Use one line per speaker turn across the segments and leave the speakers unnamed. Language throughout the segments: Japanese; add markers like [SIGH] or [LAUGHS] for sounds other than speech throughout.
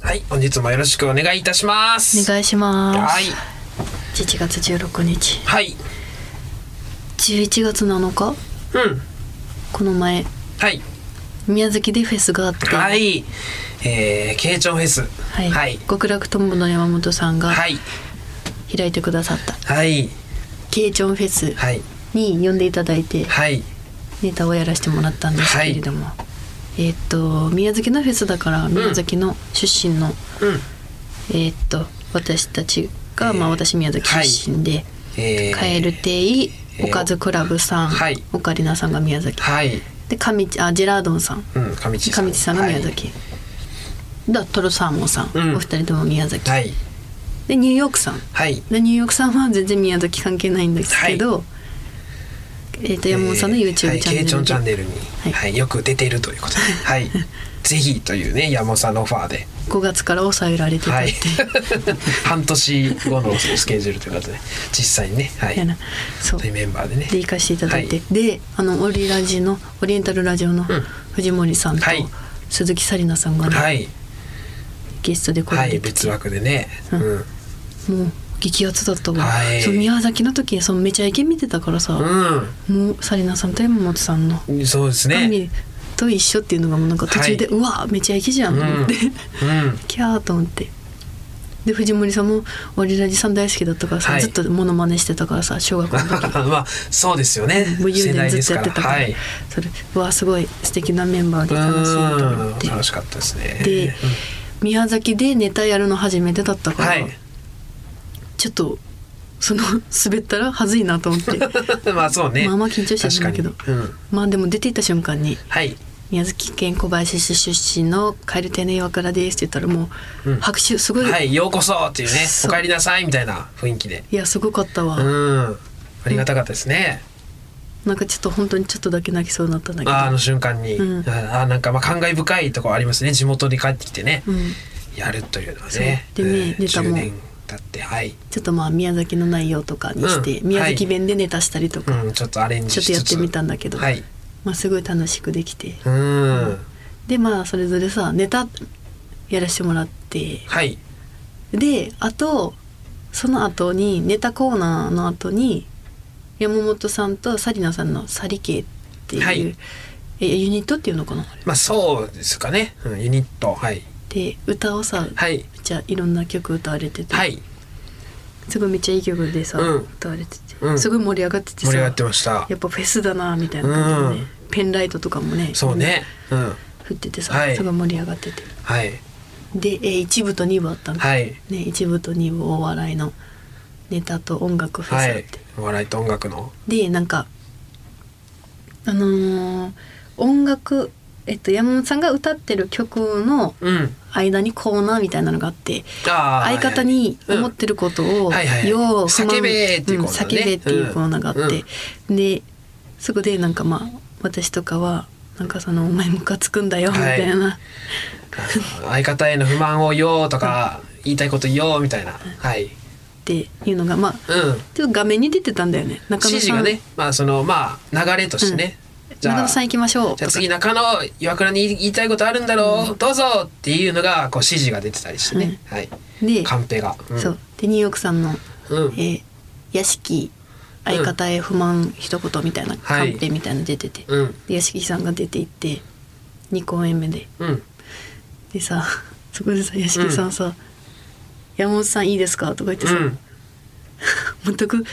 はい本日もよろしくお願いいたします
お願いしま
はい
す7月16日
はい
11月7日
うん
この前
はい
宮崎でフェスがあって
はいえー、慶長フェス
はい
はい
極楽とんぼの山本さんが
はい
開いてくださった
はい
ケイチョンフェス
はい
に呼んでいただいて
はい
ネタをやらせてもらったんですけれども、えーっと宮崎のフェスだから宮崎の出身の、
うん
えーっと私たちが、ま
え
あ
ー
私宮崎出身で、
えー、
カエル亭イ
えー
おかずクラブさん、
はい
オカリナさんが宮崎
はい
で上地あジェラードンさん
うん上地さん
上地さんが宮崎、だトロサーモンさん、
うん
お二人とも宮崎、
はい
でニューヨークさん
はい
でニューヨークさんは全然宮崎関係ないんですけど、えーと山本さんの YouTube チャンネ
えー
ルで、
はい、慶長チャンネルに、は
はいい
よく出てるということ
[LAUGHS]
ではいぜひというね山本さんのオファーで
5月から抑えられてたっ
は
て
い [LAUGHS]
いう、
半年後のスケジュールということで実際にねはい
みたいなそう
という
で
メンバーでね
行かせていただいて、
は
であのオリラジのオリエンタルラジオの
ん
藤森さんと
はい
鈴木紗理奈さんがね、
はい
ゲストで来
は
ら
い
れて
別
て、
枠でねう
うんん、もう激アツだったわ、
はい
そう宮崎の時そのめちゃイケ見てたからさ、もう紗理奈さんと山本さんの
うん、そうですね
神と一緒っていうのがもうなんか途中で、
は
うわめちゃイケじゃんと思って、
うん
[LAUGHS]
[LAUGHS]
キャーと思ってで藤森さんもオリラジさん大好きだったからさ、
はい
ずっとモノマネしてたからさ
[LAUGHS]
小学校の時
まあそうですよね
武
世
勇伝
代
ず
で
っと
すか
やって
ら
たから
はいう
それうわすごい素敵なメンバーで楽しいなと思っ
ん
て
楽しかったですね
で、宮崎でネタやるの初めてだった
うん
から、
はい [LAUGHS]
ちょっとその滑ったらはずいなと思って
[LAUGHS] まあそうね
まああんま緊張してたんだけど
確かにうん
まあでも出ていった瞬間に
はい
宮崎県小林市出身のカエル亭の岩倉ですって言ったらもう
うん
拍手すごい、
はい、ようこそっていうね、
そ
お
う
帰りなさいみたいな雰囲気で。
いやすごかったわ、
うん、ありがたかったですね。
なんかちょっと本当にちょっとだけ泣きそうになったんだけど
あーあの瞬間に、
うん
あーなんかまあ感慨深いところありますね。地元に帰ってきてね、
うん、
やるというのはね。
そうでね
うん
出たもん
10年経って、はい、
ちょっとまあ宮崎の内容とかにして、
うん
宮崎弁でネタしたりとか、
うん、ちょっとアレン
ちょ
ジ
っ
しつ
と
つ
やってみたんだけど、
はい、
まあ、すごい楽しくできて
うん、
でまあそれぞれさネタやらせてもらって
はい、
であとその後にネタコーナーの後に山本さんと紗理奈さんの「サリケっていう、
はい
えユニットっていうのかなあれ
まあそうですかね。うん、ユニット、はい、
で歌をさ、
はい、
めっちゃいろんな曲歌われてて、
はい、
すごいめっちゃいい曲でさ、
うん
歌われてて、
うん
すごい盛り上がってて
盛
さ
り上がってました
や。っぱフェスだなみたいな感じでね、ペンライトとかもね
そうね、うん、
振っててさ、
はい
すごい盛り上がってて
はい、
で、えー、1部と2部あったの、
はい、
ね、1部と2部お笑いのネタと音楽フェス
は
あっ
い
て、、
お笑いと音楽の、
でなんかあのー音楽、えっと、山本さんが歌ってる曲の
うん、
間にコーナーみたいなのがあって
あー
相方に思ってることを「
はいはいはい
よう
叫べーっていうコーナーね
叫べ」っていうコーナーがあって、でそこでなんかまあ私とかはなんかその「お前ムカつくんだよ」みたいな、
相方への不満を言おうとか言いたいこと言おうみたいなはい
っていうのがまあ
うん
ちょっと画面に出てたんだよね中
指
野
示
さ
が
ん、
ねまあそのまあ流れとしてね、じ
中
ゃあ
野さん行きましょ
じ
うと
ゃあ
か
次中野岩倉に言いたいことあるんだろう、どうぞっていうのがこう指示が出てたりしてね、はい
で、
カンペが、うん、
そうでニューヨークさんの、
うん
えー屋敷相方へ不満一言みたいなカンペみたいなの出てて、
うん
で屋敷さんが出て行って2公演目で
うん
でさ [LAUGHS] そこでさ屋敷さんさ「山本さんいいですか?」とか言って
う
さ、
ん
全く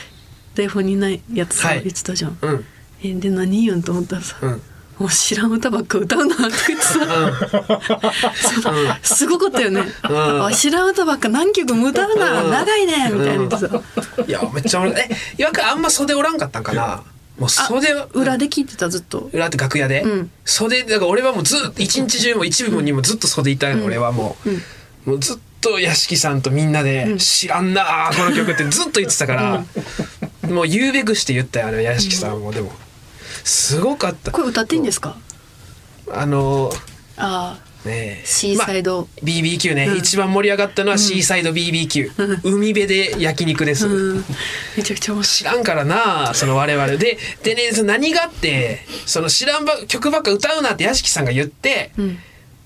台本にないやつさ、
はい
言ってたじゃん。
うん
えで何言うんと思ったらさ、
うん
もう知らん歌ばっか歌うなって言ってさ、そうすごかったよね、あ知らん歌ばっか何曲も歌うな、
うん
長いねみたいなのさ、
いやめっちゃおもろいえ岩倉あんま袖おらんかったんかなもう
あ
袖
裏で聞いてたずっと
裏って楽屋で、
うん
袖だから俺はもうずっと一日中も一部にもずっと袖いたいの、俺はもう、もうずっと屋敷さんとみんなで「知らんなあこの曲」ってずっと言ってたから、もう言うべくして言ったよあの屋敷さんも、でもすごかった
これ歌っていいんですか
あの
あ
ねえ
シーサイ
ま
ド
あ BBQ ね、一番盛り上がったのはシーサイド BBQ、海辺で焼肉です、
ーうんめちゃくちゃ面白い
知らんからなその我々ででねその何があってその知らんば曲ばっか歌うなって屋敷さんが言って、
ん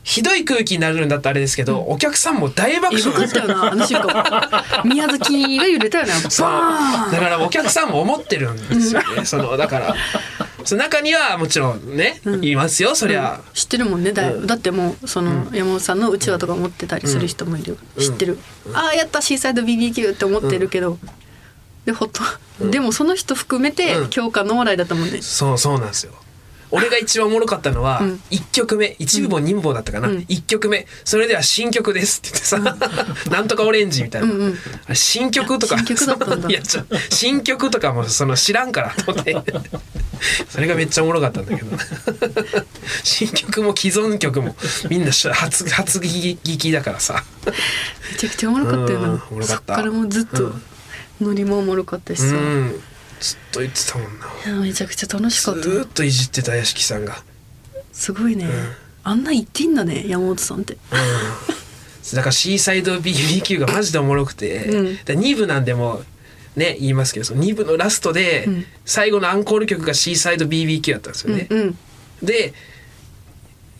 ひどい空気になるんだったらあれですけど、お客さんも大爆
エグ
笑
かったよなあの
[LAUGHS]
瞬間宮崎が揺れたよねバ
そう
ーン
だからお客さんも思ってるんです
[LAUGHS]
よね、そのだからその中にはもちろんね、いますよそりゃ、
知ってるもんねだいぶだってもうその山本さんのうちわとか持ってたりする人もいる、知ってる、ああやったシーサイド BBQ って思ってるけど、でほっと、でもその人含めて
うん
共感の笑いだったもんね、
そうそうなんですよ俺が一番おもろかったのは、
ん
一1曲目一部も二部もだったかな、
う
一
ん
1曲目「それでは新曲です」って言ってさ「 [LAUGHS] なんとかオレンジ」みたいな、
うんうん
あれ新曲とか
新曲だったんだ
いやちょ新曲とかもその知らんからと思って [LAUGHS] それがめっちゃおもろかったんだけど [LAUGHS] 新曲も既存曲もみんなし初初聞きだからさ
めちゃくちゃおもろかったよ
うん
な
おもろか
そ
っ
ったからもうずっとノリもおもろかったし
う
さ、い
んずっと言ってたもんな
やめちゃくちゃ楽し
ず
かった
ーっといじってた屋敷さんが、
すごいね、あんな言っていいんだね山本さんって
うん、だからシーサイド BBQ がマジでおもろくて、
うん
だ2部なんでもね言いますけどその2部のラストで、
うん
最後のアンコール曲がシーサイド BBQ だったんですよね、
うんうん
で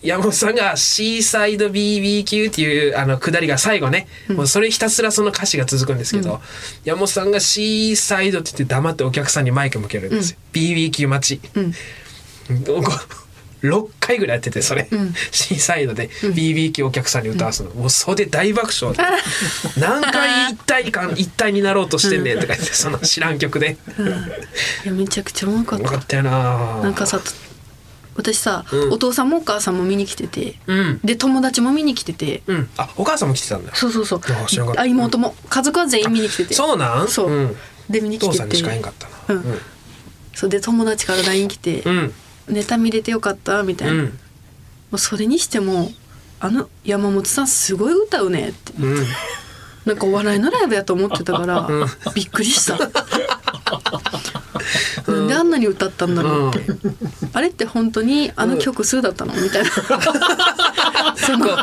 山本さんが「シーサイド BBQ」っていうあの下りが最後ね、もうそれひたすらその歌詞が続くんですけど、山本さんが「シーサイド」って言って黙ってお客さんにマイク向けるんですよ、BBQ 待ち、
うん
どこ6回ぐらいやっててそれ、
うん
シーサイドで BBQ お客さんに歌わすの、もう袖大爆 [LAUGHS] 笑で何回一体感一体になろうとしてんねんとか言ってその知らん曲で
いやめちゃくちゃおもろかっ
よか
た
ったよな
なんかさと私さ、
うん
お父さんもお母さんも見に来てて
うん
で友達も見に来てて
うんあお母さんも来てたんだよ
そうそうそう
あ知らなかった
あ妹も家族は全員見に来てて
そうなん、
そうんで見に
お
来
父
て
さんに
て
しかいんかったな
うんそうで友達から LINE 来て
うんうん
「ネタ見れてよかった」みたいうな、も
ん
うそれにしても「あの山本さんすごい歌うね」って
うん
なんかお笑いのライブやと思ってたから、
ん
びっくりした、なんであんなに歌ったんだろうって、あれって本当にあの曲数だったのみたいなその
こ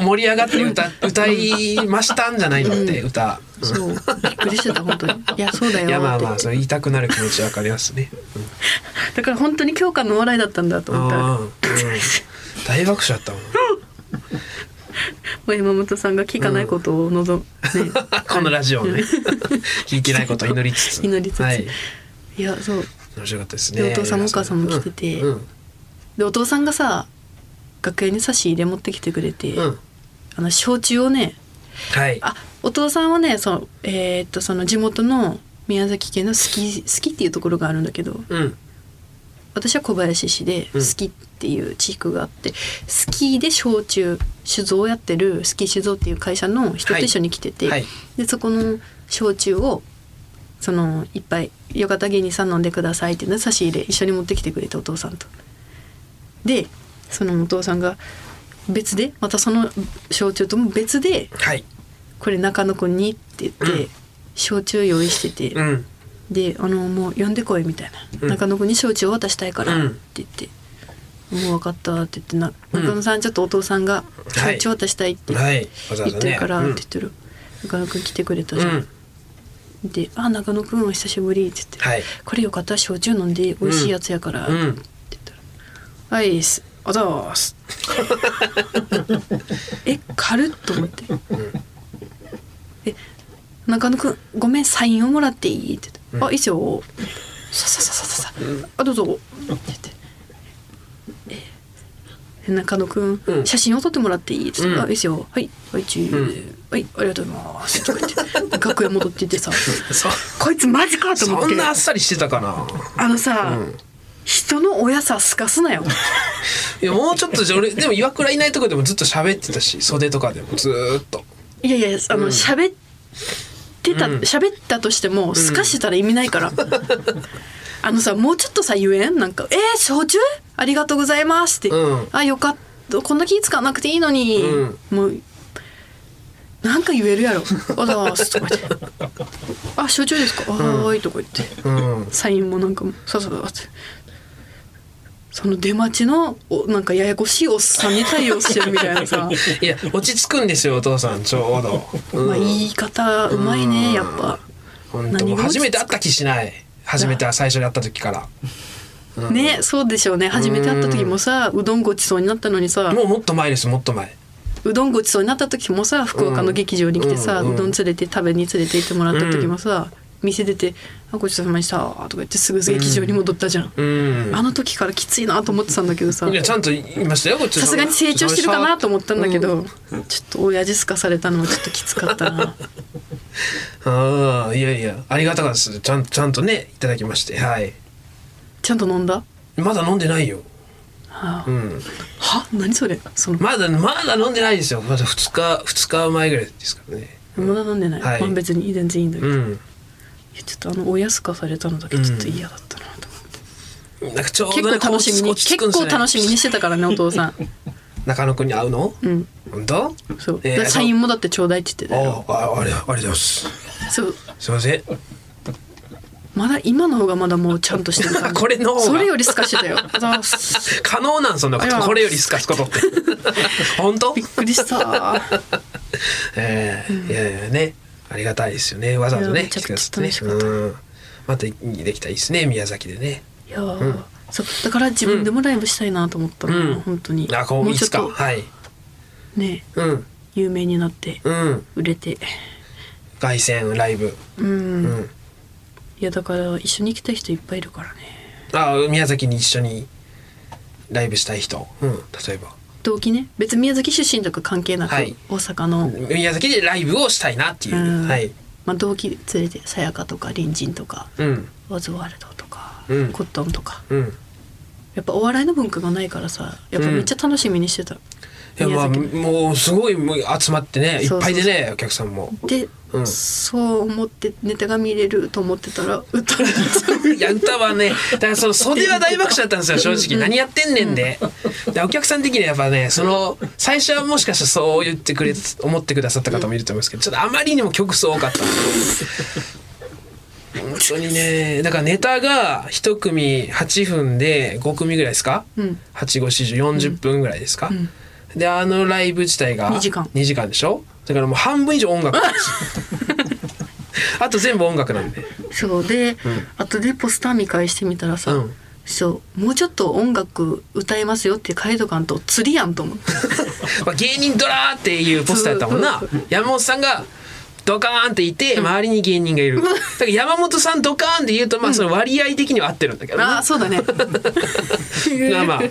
う盛り上がって歌歌いましたんじゃないのって歌、
そうびっくりしてた本当にいやそうだよ
いやまあま
っ
あ
て
それ言いたくなる気持ちわかりますね
だから本当に教科のお笑いだったんだと思ったら
ああう
も
ん大爆笑だったもん
う山本さんが聞かないことを望む、ね
このラジオをね聞いてないことを祈りつつ
祈りつつ
はい、
いやそう
面白かったです
で
ね
お父さんもお母さんも来てて
うん
でお父さんがさ楽屋に差し入れ持ってきてくれて、
うんうん
あの焼酎をね
はい
あお父さんはねその、えーっとその地元の宮崎県の好き好きっていうところがあるんだけど
うん
私は小林市で
うん
好きっていう地区があって、スキーで焼酎酒造をやってるスキー酒造っていう会社の人と一緒に来てて、
はいはい
でそこの焼酎をそのいっぱい「よかった芸人さん飲んでください」っていうのを差し入れ一緒に持ってきてくれてお父さんと。でそのお父さんが別でまたその焼酎とも別で
はい
「これ中野くんに」って言って、
うん
焼酎用意してて。
うん
で「あのもう呼んでこい」みたいな「
うん
中野くんに焼酎を渡したいから」
うん
って言って「もう分かった」って言ってな「
うん
中野さんちょっとお父さんが
はい
焼酎渡したい」って
はいわざわ
言
ざ
って
ね
るから」っ
う
て
ん
言ってる、中野くん来てくれた
う
じゃん、
ん
で「あ中野くんお久しぶり」って言って「
はい
これよかったら焼酎飲んで美味しいやつやから」
う
って
ん
言ったら「はいっすあざーす」 [LAUGHS] え軽っと思って「え中野くんごめんサインをもらっていい?」って言って「あいいっすよ」ささささささあどうぞ」って言って「え中野くん、
うん
写真を撮ってもらっていい?」って言って
う
「
ん
あいいっすよはいはいチー、
うん
はいありがとうございます」とか言って [LAUGHS] 楽屋戻っていってさ
そ
こいつマジかと思っ
そ
て
んなあっさりしてたかな
あのさ、人の親さすかすなよ
いやもうちょっとじゃ俺でも岩倉いないとこでもずっと喋ってたし袖とかでもずーっと
いやいやあの喋、ってた喋ったとしてもすかしてたら意味な
[LAUGHS]
いから、あのさもうちょっとさ言えんなんか「えー、焼酎ありがとうございます」って「
うん
あよかったこんな気使わなくていいのに、
うん
もうなんか言えるやろ「あざーす」とか言って「あ焼酎ですかあーはい」とか言って
うん
サインもなんかもさささってその出待ちのおなんかややこしいおっさんに対応してるみたいなさ
いや落ち着くんですよお父さんちょうど、うん
まあ言い方うまいねやっぱ
本当
何が落
初
ち着く
めて会った気しない初めて最初に会った時からうん
ねそうでしょうね初めて会った時もさうどんごちそうになったのにさ
もうもっと前ですもっと前
うどんごちそうになった時もさ福岡の劇場に来てさ、
う
うん
うん
どん連れて食べに連れて行ってもらった時もさ、店出て「あごちそうさまでした」とか言ってすぐ劇場に戻ったじゃん、
うん
あの時からきついなと思ってたんだけどさ
いやちゃんと言いましたよこっち
さすがに成長してるかなと思ったんだけど、ちょっと親父すかされたのはちょっときつかったな
ああいやいやありがたかったですちゃんちゃんとねいただきましてはい
ちゃんと飲んだ
まだ飲んでないよ
はあ
うん
は何それその
まだまだ飲んでないですよまだ2日2日前ぐらいですからね
まだ飲んでない、
はい
まあ別に全然いいんだけど、
うん
いやちょっとあの親すかされたのだけちょっと嫌だったなと思って、
なんかちょうど、ね、
結構楽しみに
落ち着
結
くんですよ
構
ね
楽しみにしてたからねお
[LAUGHS]
父さん
中野くんに会うの
うん
本当
そう、
えー
サインもだってちょうだいって言って
あ
たよ
ああありがとうございます
そう
すいません
まだ今の方がまだもうちゃんとしてる感じ
これの方が
それよりすかしてたよありがとうございます
可能なんそんなこ
い
と
や
これよりすかす
[LAUGHS]
ことって本当
びっく
[LAUGHS]
りした
ええいやいやねありがたいですよねわざわざ
い
ね
やめちゃ
来てく
く
だ
ち
さっ
ゃ
てね
楽しかった
うんまたできたらいいですね宮崎でね
いやー、そうだから自分でもライブしたいなと思ったの、
うん
本当に
あこう
もう
い
ちょ
つ
っ
か
と
はい
ね
うん
有名になって
うん
売れて
凱旋ライブ
うん、
うん
いやだから一緒に行きたい人いっぱいいるからね
あ宮崎に一緒にライブしたい人うん例えば
同期ね別に宮崎出身とか関係なく、
はい
大阪の、
宮崎でライブをしたいなっていううんはい
まあ、同期連れてさやかとか隣人とか
うん
オズワルドとか、
うん
コットンとか
うん
やっぱお笑いの文化がないからさやっぱめっちゃ楽しみにしてた、
いやまあ
宮崎
もうすごいもう集まってねい
そ
っ
うそ
ぱ
う
いでねお客さんも
で、
うん
そう思ってネタが見れると思って
[LAUGHS]
たら歌に
い [LAUGHS] や歌はねだからその袖は大爆笑だったんですよ正直何やってんねんででお客さん的にはやっぱねその最初はもしかしたらそう言ってくれ思ってくださった方もいると思いますけどちょっとあまりにも曲数多かった本当にねだからネタが1組8分で5組ぐらいですか、
うん
8540分ぐらいですか、
ん
であのライブ自体が
2時間
2時間でしょだからもう半分以上音楽なんです
[LAUGHS]
よあと全部音楽なんで
そうで、あとでポスター見返してみたらさ、
うん
そうもうちょっと音楽歌えますよって書いとかんと釣りやんと思う
[LAUGHS] まあ、芸人ドラーっていうポスターやったもんな
そう
山本さんがドカーンっていて周りに芸人が
[LAUGHS]
いる、だから山本さんドカーンって言うとまあその割合的には合ってるんだけど
あ
[LAUGHS] な、
あそうだね
まあ
[LAUGHS]
まあ、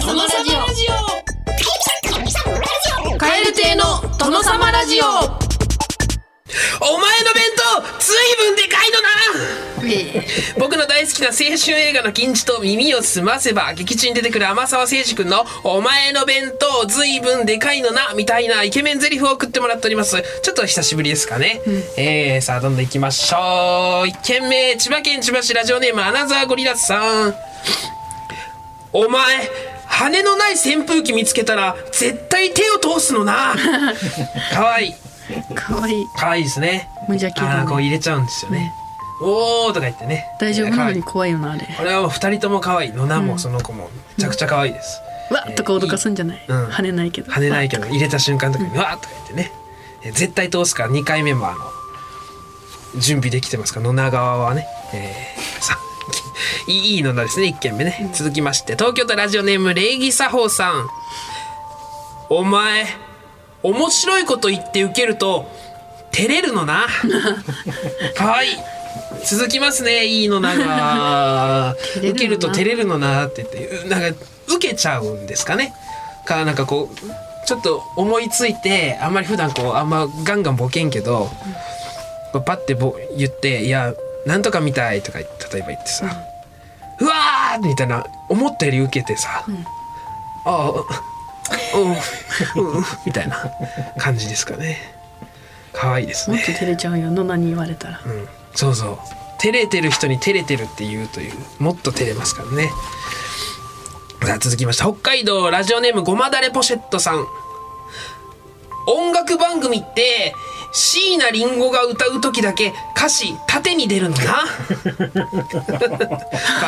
様ラジオカエル亭の殿様ラジオ
お前の弁当ずいぶんでかいのな僕の大好きな青春映画の金字と耳を澄ませば劇中に出てくる天沢誠司君の「お前の弁当ずいぶんでかいのな」みたいなイケメン台詞を送ってもらっておりますちょっと久しぶりですかね、えー、さあどんどんいきましょう1軒目千葉県千葉市ラジオネームアナザーゴリラスさんお前羽のない扇風機見つけたら絶対手を通すのなかわいい
かわいい
かわいいですね
無邪気だね
あーこう入れちゃうんですよね
ね
おーとか言ってね
大丈夫な
可
のに
愛い
怖いよなあれ
これはもう二人とも可愛い野田もその子もめちゃくちゃ可愛いです、
わっとか脅かすんじゃない、
うん
跳ねないけど
跳ねないけど入れた瞬間とかに「うわー!」とか言ってねえ絶対通すから2回目もあの準備できてますから野永川はね、えーさいいいいのだですね1軒目ね、続きまして東京都ラジオネーム礼儀作法さんお前面白いこと言って受けると照れるの
[LAUGHS]
なはい続きますねいいのなが
れるのな
受けると照れるのなって言ってうなんか受けちゃうんですかねかなんかこうちょっと思いついてあんまり普段こうあんまガンガンボケんけど、こうパッてぼ言って「いやなんとかみたい」とか例えば言ってさ「うわー!」みたいな思ったより受けてさ「ああうんうん」みたいな感じですかね可愛いです
もっ
ね
と照れちゃうよ野々に言われたら
うん、そうそう照れてる人に照れてるって言うというもっと照れますからねさあ続きまして北海道ラジオネームごまだれポシェットさん音楽番組って椎名林檎が歌う時だけ歌詞縦に出るのな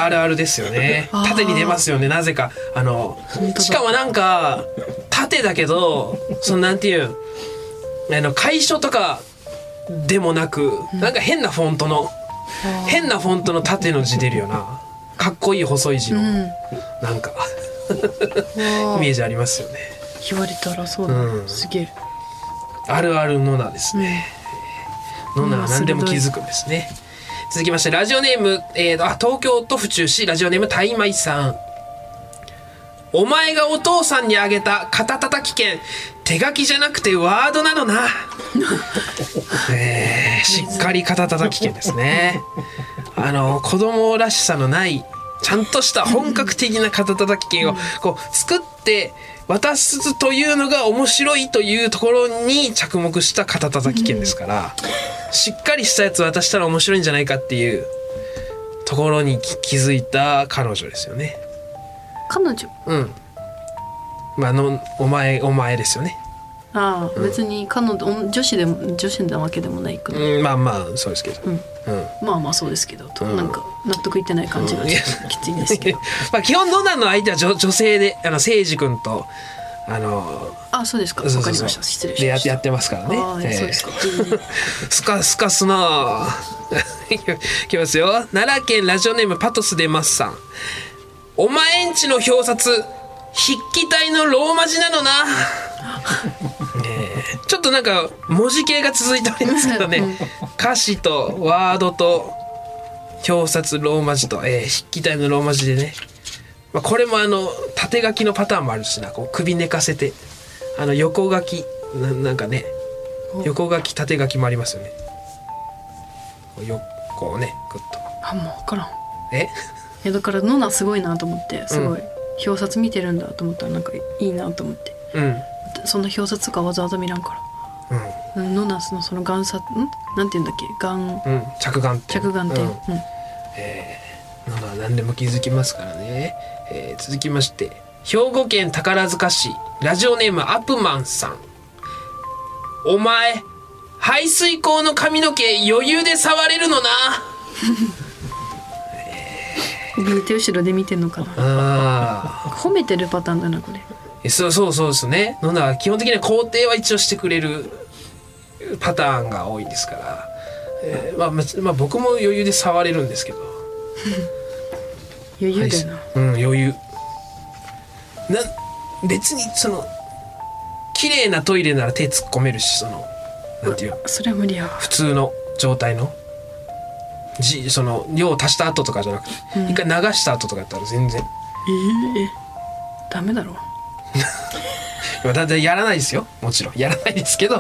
あるあるですよね縦に出ますよねなぜかあの
だ
しかもなんか縦だけどそのなんていうあの楷書とかでもなく、なんか変なフォントの変なフォントの縦の字出るよなかっこいい細い字の、
うん
なんかイ
わ
メー
ー
ジありますよね
言われたらそうだ、
うん
すげえ
あるあるノナですね、ノナは何でも気づくんですね続きましてラジオネーム、えー、あ東京都府中市ラジオネームたいまいさんお前がお父さんにあげた肩たたき券手書きじゃなくてワードなのなえーしっかり肩たたき券ですねあの子供らしさのないちゃんとした本格的な肩たたき券をこう作って渡すというのが面白いというところに着目した肩たたき券ですからしっかりしたやつ渡したら面白いんじゃないかっていうところに気気づいた彼女ですよね。
彼女
うん。まあ、の、お前、お前ですよね。
ああ、別に彼女お女子でも女子なわけでもないくない、
うん、まあまあ、そうですけど。
うん
うん。
まあまあそうですけどと、
うん
なんか納得いってない感じがちょっときついんですけど、
[LAUGHS] まあ、基本、ノナの相手は女女性で、あの、誠治君と、あの、
あそうですかわ
そうそ
か
う
り
そう
ました失礼
で
し
や
ま
っ
した
やってますからね。
ああ、そうですか、
[LAUGHS] すかすかすなあ [LAUGHS] いきますよ奈良県ラジオネームパトスでますさんお前んちの表札筆記体のローマ字なのなねえ [LAUGHS] ちょっとなんか文字系が続いておりますけどね歌詞とワードと表札ローマ字と、えー筆記体のローマ字でね、まあ、これもあの縦書きのパターンもあるしなこう首寝かせてあの横書きななんかね横書き縦書きもありますよねこうよこうねグッと
あもう分からんい
え
やだからノナすごいなと思ってすごい、表札見てるんだと思ったらなんかいいなと思って
うんうん
そんな表札とかわざわざ見らんから、うん、ノナスのその眼札んなんて言うんだっけ眼
うん着眼点
着眼点、
う
うん
んなのは何でも気づきますからね、えー続きまして兵庫県宝塚市ラジオネームアップマンさんお前排水口の髪の毛余裕で触れるのな
右手後ろで見てんのかな
あ [LAUGHS]
褒めてるパターンだなこれ
ーそうそうそうですねのな基本的には肯定は一応してくれるパターンが多いですから、えーまあまあ、まあ僕も余裕で触れるんですけど
余裕だよな、
うん余裕な別にその綺麗なトイレなら手突っ込めるしそのなんていう
それは無理やわ
普通の状態のじその量を足した後とかじゃなくて、一回流した後とかやったら全然
ええダメ
[LAUGHS]
だろ
まあだだやらないですよもちろんやらないですけ
[LAUGHS]
ど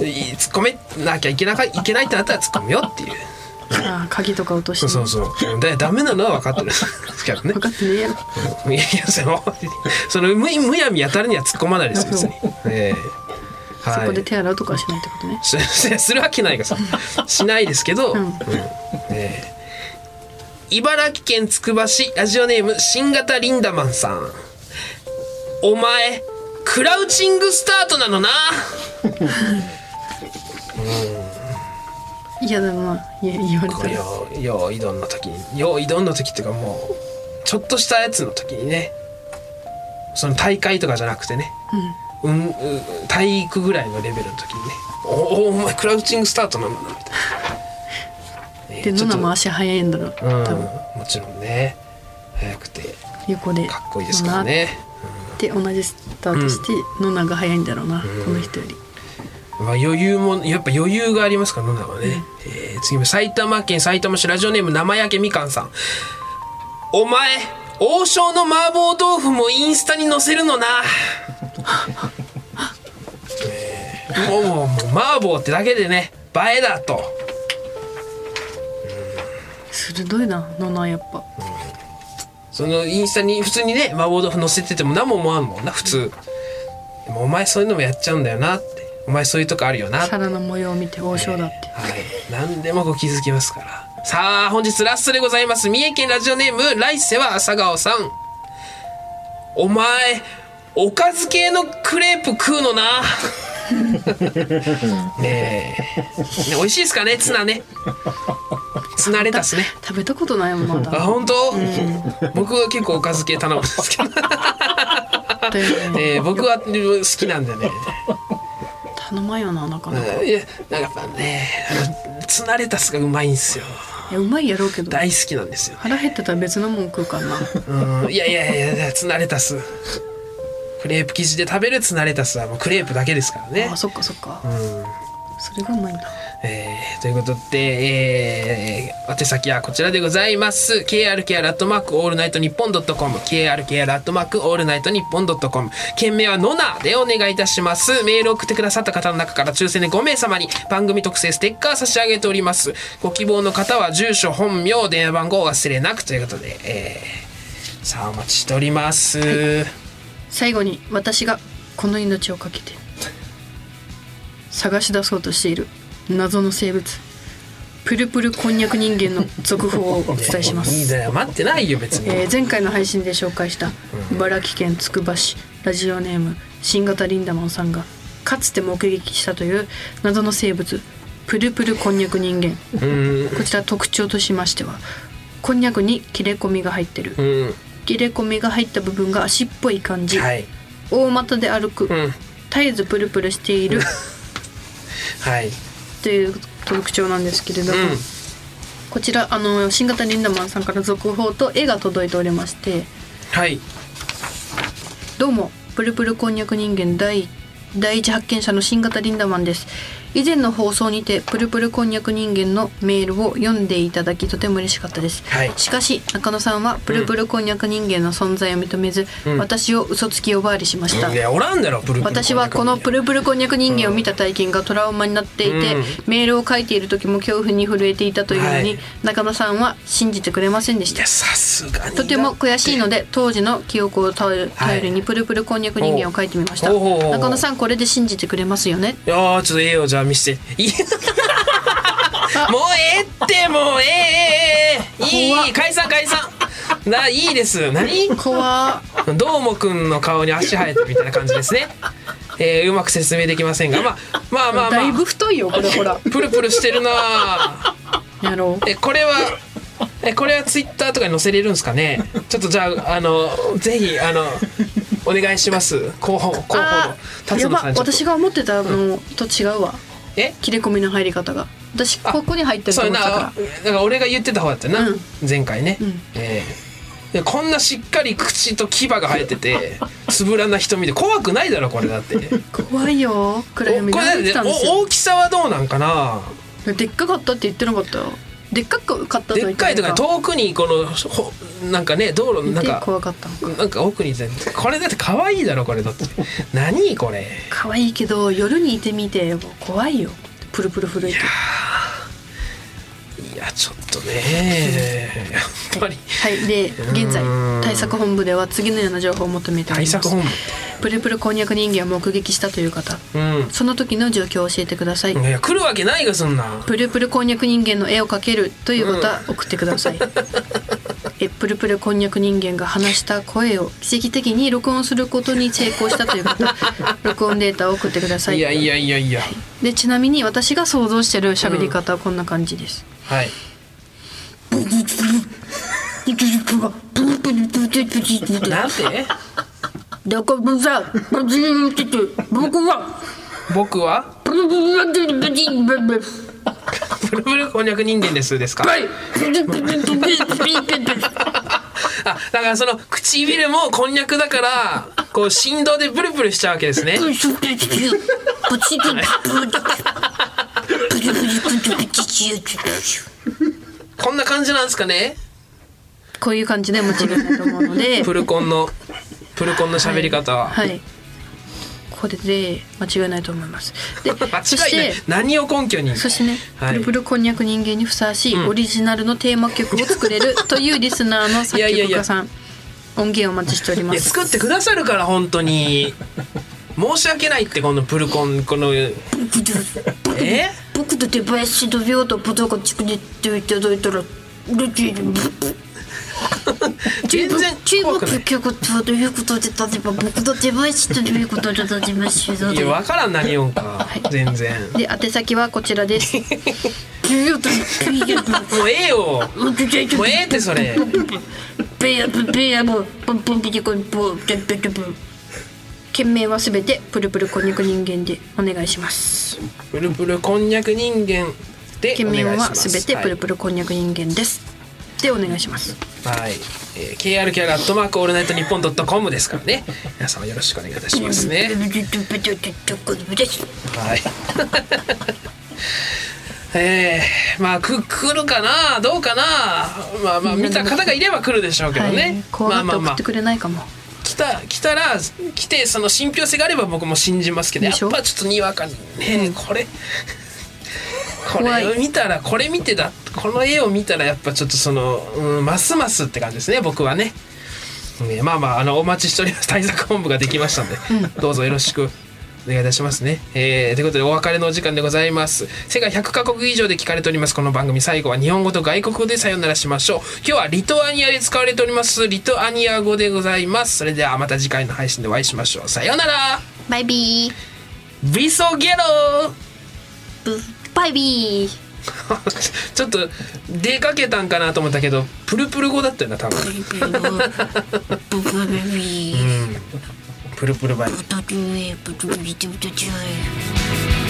い突っ込めなきゃいけなかいけないってなったら突っ込むよっていう
ああ鍵とか落として
そうそうそうだダメなのは分かって
[LAUGHS]
るんですけどね
分かってねえやろ
いやいやそのそのむむやみやたるには突っ込まないですよ別に、ええ
そ
は
こで
い
手洗うとかはしないってことね
ししするわけないがさしないですけど、
うん
うんええ茨城県つくば市ラジオネーム新型リンダマンさんお前クラウチングスタートなのな
いやでもまあいや言われ
こ
た
れ
ら
よよういどんの時によういどんの時っていうかもうちょっとしたやつの時にねその大会とかじゃなくてねうん、う体育ぐらいのレベルの時にね「おおお前クラウチングスタートなんだな」みたいなね
で
ちょ
ノ
っ
ナ
と
も足早いんだろう
うん
多分
もちろんね早くて
横で
かっこいいですからね、
で同じスタートして、ノナが早いんだろうな、この人より
まあ、余裕もやっぱ余裕がありますから野田はね、えー次も埼玉県埼玉市ラジオネーム生焼けみかんさんお前王将の麻婆豆腐もインスタに載せるのな、 [LAUGHS] えーもうもうもう麻婆ってだけでね映えだと
鋭いなノナやっぱ
そのインスタに普通にね麻婆豆腐載せてても何も思わんもんな普通でもお前そういうのもやっちゃうんだよなってお前そういうとこあるよなって
皿の模様を見て王将だって、
はい、何でもご気づきますからさあ本日ラストでございます三重県ラジオネーム来世は朝顔さんお前おかず系のクレープ食うのなねえね美味しいですかねツナねツナレタスね
食べたことないもんま
あ
だ
本当、僕は結構おかず系頼むんですけど、
だ
[LAUGHS]
よね
えー僕は好きなんでね
頼まんよななかなか、
いやなんかやっぱねあのツナレタスがうまいんですよ
いやうまいやろうけど
大好きなんですよ
腹減ってたら別のもん食う
[LAUGHS]
かな
うんいやいやいやいやツナレタスクレープ生地で食べるツナレタスはもうクレープだけですからね
あ、そっかそっか、それがうまいんだ
えーということで、えー宛先はこちらでございます KRKR アットマークオールナイトニッポンドットコム KRKR アットマークオールナイトニッポンドットコム件名はノナでお願いいたしますメールを送ってくださった方の中から抽選で5名様に番組特製ステッカー差し上げておりますご希望の方は住所本名電話番号を忘れなくということで、えーさあお待ちしております、
最後に私がこの命をかけて探し出そうとしている謎の生物プルプルこんにゃく人間の続報をお伝えしま
いいん [LAUGHS]
す、
だよ待ってないよ別に、
えー前回の配信で紹介した茨城県つくば市ラジオネーム新型リンダマンさんがかつて目撃したという謎の生物プルプルこんにゃく人間
うん
こちら特徴としましてはこんにゃくに切れ込みが入ってる
うん
切れ込みが入った部分が足っぽい感じ、
はい
大股で歩く、
うん
絶えずプルプルしている
はい
という特徴なんですけれども、
うん
こちらあの新型リンダマンさんから続報と絵が届いておりまして
はい
どうもプルプルこんにゃく人間第第一発見者の新型リンダマンです以前の放送にてプルプルこんにゃく人間のメールを読んでいただきとても嬉しかったです、
はい
しかし中野さんはプルプルこんにゃく人間の存在を認めず、私を嘘つき呼ばわりしました、
いやおらんだろプルプル
私はこのプ
ル
ルプルこんにゃく人間を見た体験がトラウマになっていて、
うん
メールを書いている時も恐怖に震えていたというのに、
はい
中野さんは信じてくれませんでし
い
た
やさすがに
とても悔しいので当時の記憶を頼る
はい
頼りにプルプルこんにゃく人間を書いてみました
ほうほうほう
中野さんこれで信じてくれますよね
いやーちょっとええよじゃあ見
[LAUGHS]
せていいもうええってもうええええええいいいい解散解散ないいです何
怖っ
どうもくんの顔に足生えてるみたいな感じですね、えーうまく説明できませんが、まあ、まあまあま
だいぶ
あ
太いよこれほら
プルプルしてるなあ
やろう
えこれはえこれはツイッターとかに載せれるんですかねちょっとじゃああのぜひあのお願いします候補候補の
あー
辰
や
野
ば
さんちょっと
私が思ってたのと違うわ
え
切れ込みの入り方が私
あ
ここに入ってると
そう
思
や
っ
な
てたから
だから俺が言ってた方だったよな、
うん
前回ね、
ん
ええでこんなしっかり口と牙が生えててつぶらな瞳で怖くないだろこれだって
怖いよ暗
お
闇
こ
に入っ
れ
て
だ
た
っ
ん
て
ですよ
お大きさはどうなんかな
でっかかったって言ってなかったよでっかく買ったとは
で
言
っかいとか
ってな
遠くにこのほなんかね道路のなん
で
か
怖かったの
なんか奥に全これだって可愛いだろこれだって何これ
可愛いけど夜にいてみて怖いよプルプル震えて
いやちょっとねやっぱり
はいで現在対策本部では次のような情報を求めてお
対
ります
策本部
プルプルこんにゃく人間を目撃したという方
う
その時の状況を教えてください、
んいや来るわけないがそんな
プルプルこんにゃく人間の絵を描けるという方、送ってくだ
[LAUGHS]
さいえプルプルこんにゃく人間が話した声を奇跡的に録音することに成功したという方録音データを送ってください
いやいやいやいや
でちなみに私が想像してる喋り方はこんな感じです。
はいなんて
だからさ、僕は
僕は
プルプルプルプルプルプル
ブルブルこんにゃく人間ですですか。
はい
あ、だからその唇もこんにゃくだから、こう振動でブルブルしちゃうわけですね。こんな感じなんですかね。
こういう感じでモチベだと思うので
[LAUGHS] プルコンの、プルコンの喋り方は。
はいこれで間違いないと思います
[LAUGHS]
で
間
そし
違いない
て。
何を根拠に。
そしてね、
はい
プルプルこんにゃく人間にふさわしい
ん
オリジナルのテーマ曲を作れるというリスナーの作
いやいや
曲
いや
家さん音源をお待ちしておりま
いや
す
作ってくださるから本当に申し訳ないってこのプルコンこのえ
僕と出囃子の秒とポトコチクにっていただいたら嬉しいです。
全然
中
怖
国
くない
結構ということで例えば僕の出囃子ということで立ちまし
いや分からん何音か全然
で宛先はこちらです
もうええよもうええってそれ
件名はすべてプルプルこんにゃく人間でお願いします
プルプルこんにゃく人間でお
件
願い
名
しま
は
す
すべてプルプルこんにゃく人間ですでお願いします
はい、はいえー、KR キャラアットマークオールナイトニッポンドットコムですからね皆様よろしくお願いいたしますねはい [LAUGHS] えー、まあく来るかなどうかなまあまあ見た方がいれば来るでしょうけど
は
ね
い、、怖
まあ
がって
まあ
送
ま
っ
あ
てくれないかも、
来た来たら来てその信憑性があれば僕も信じますけどや
で
っ
しょ
ぱちょっとにわかにね、これこ
怖
れ
い
見たらこれ見てだこの絵を見たらやっぱちょっとその、うん、ますますって感じですね僕はね。ねまあまああのお待ちしております対策本部ができましたんで、どうぞよろしくお願いいたしますね。えー、ということでお別れのお時間でございます。世界100カ国以上で聞かれておりますこの番組最後は日本語と外国語でさよならしましょう。今日はリトアニアで使われておりますリトアニア語でございます。それではまた次回の配信でお会いしましょう。さよなら
バイビー
ビソゲロ
バイビー
[LAUGHS] ちょっと出かけたんかなと思ったけどプルプル語だったよな多分。プルプルバイ。
Don't do it, but do it, do it, do it.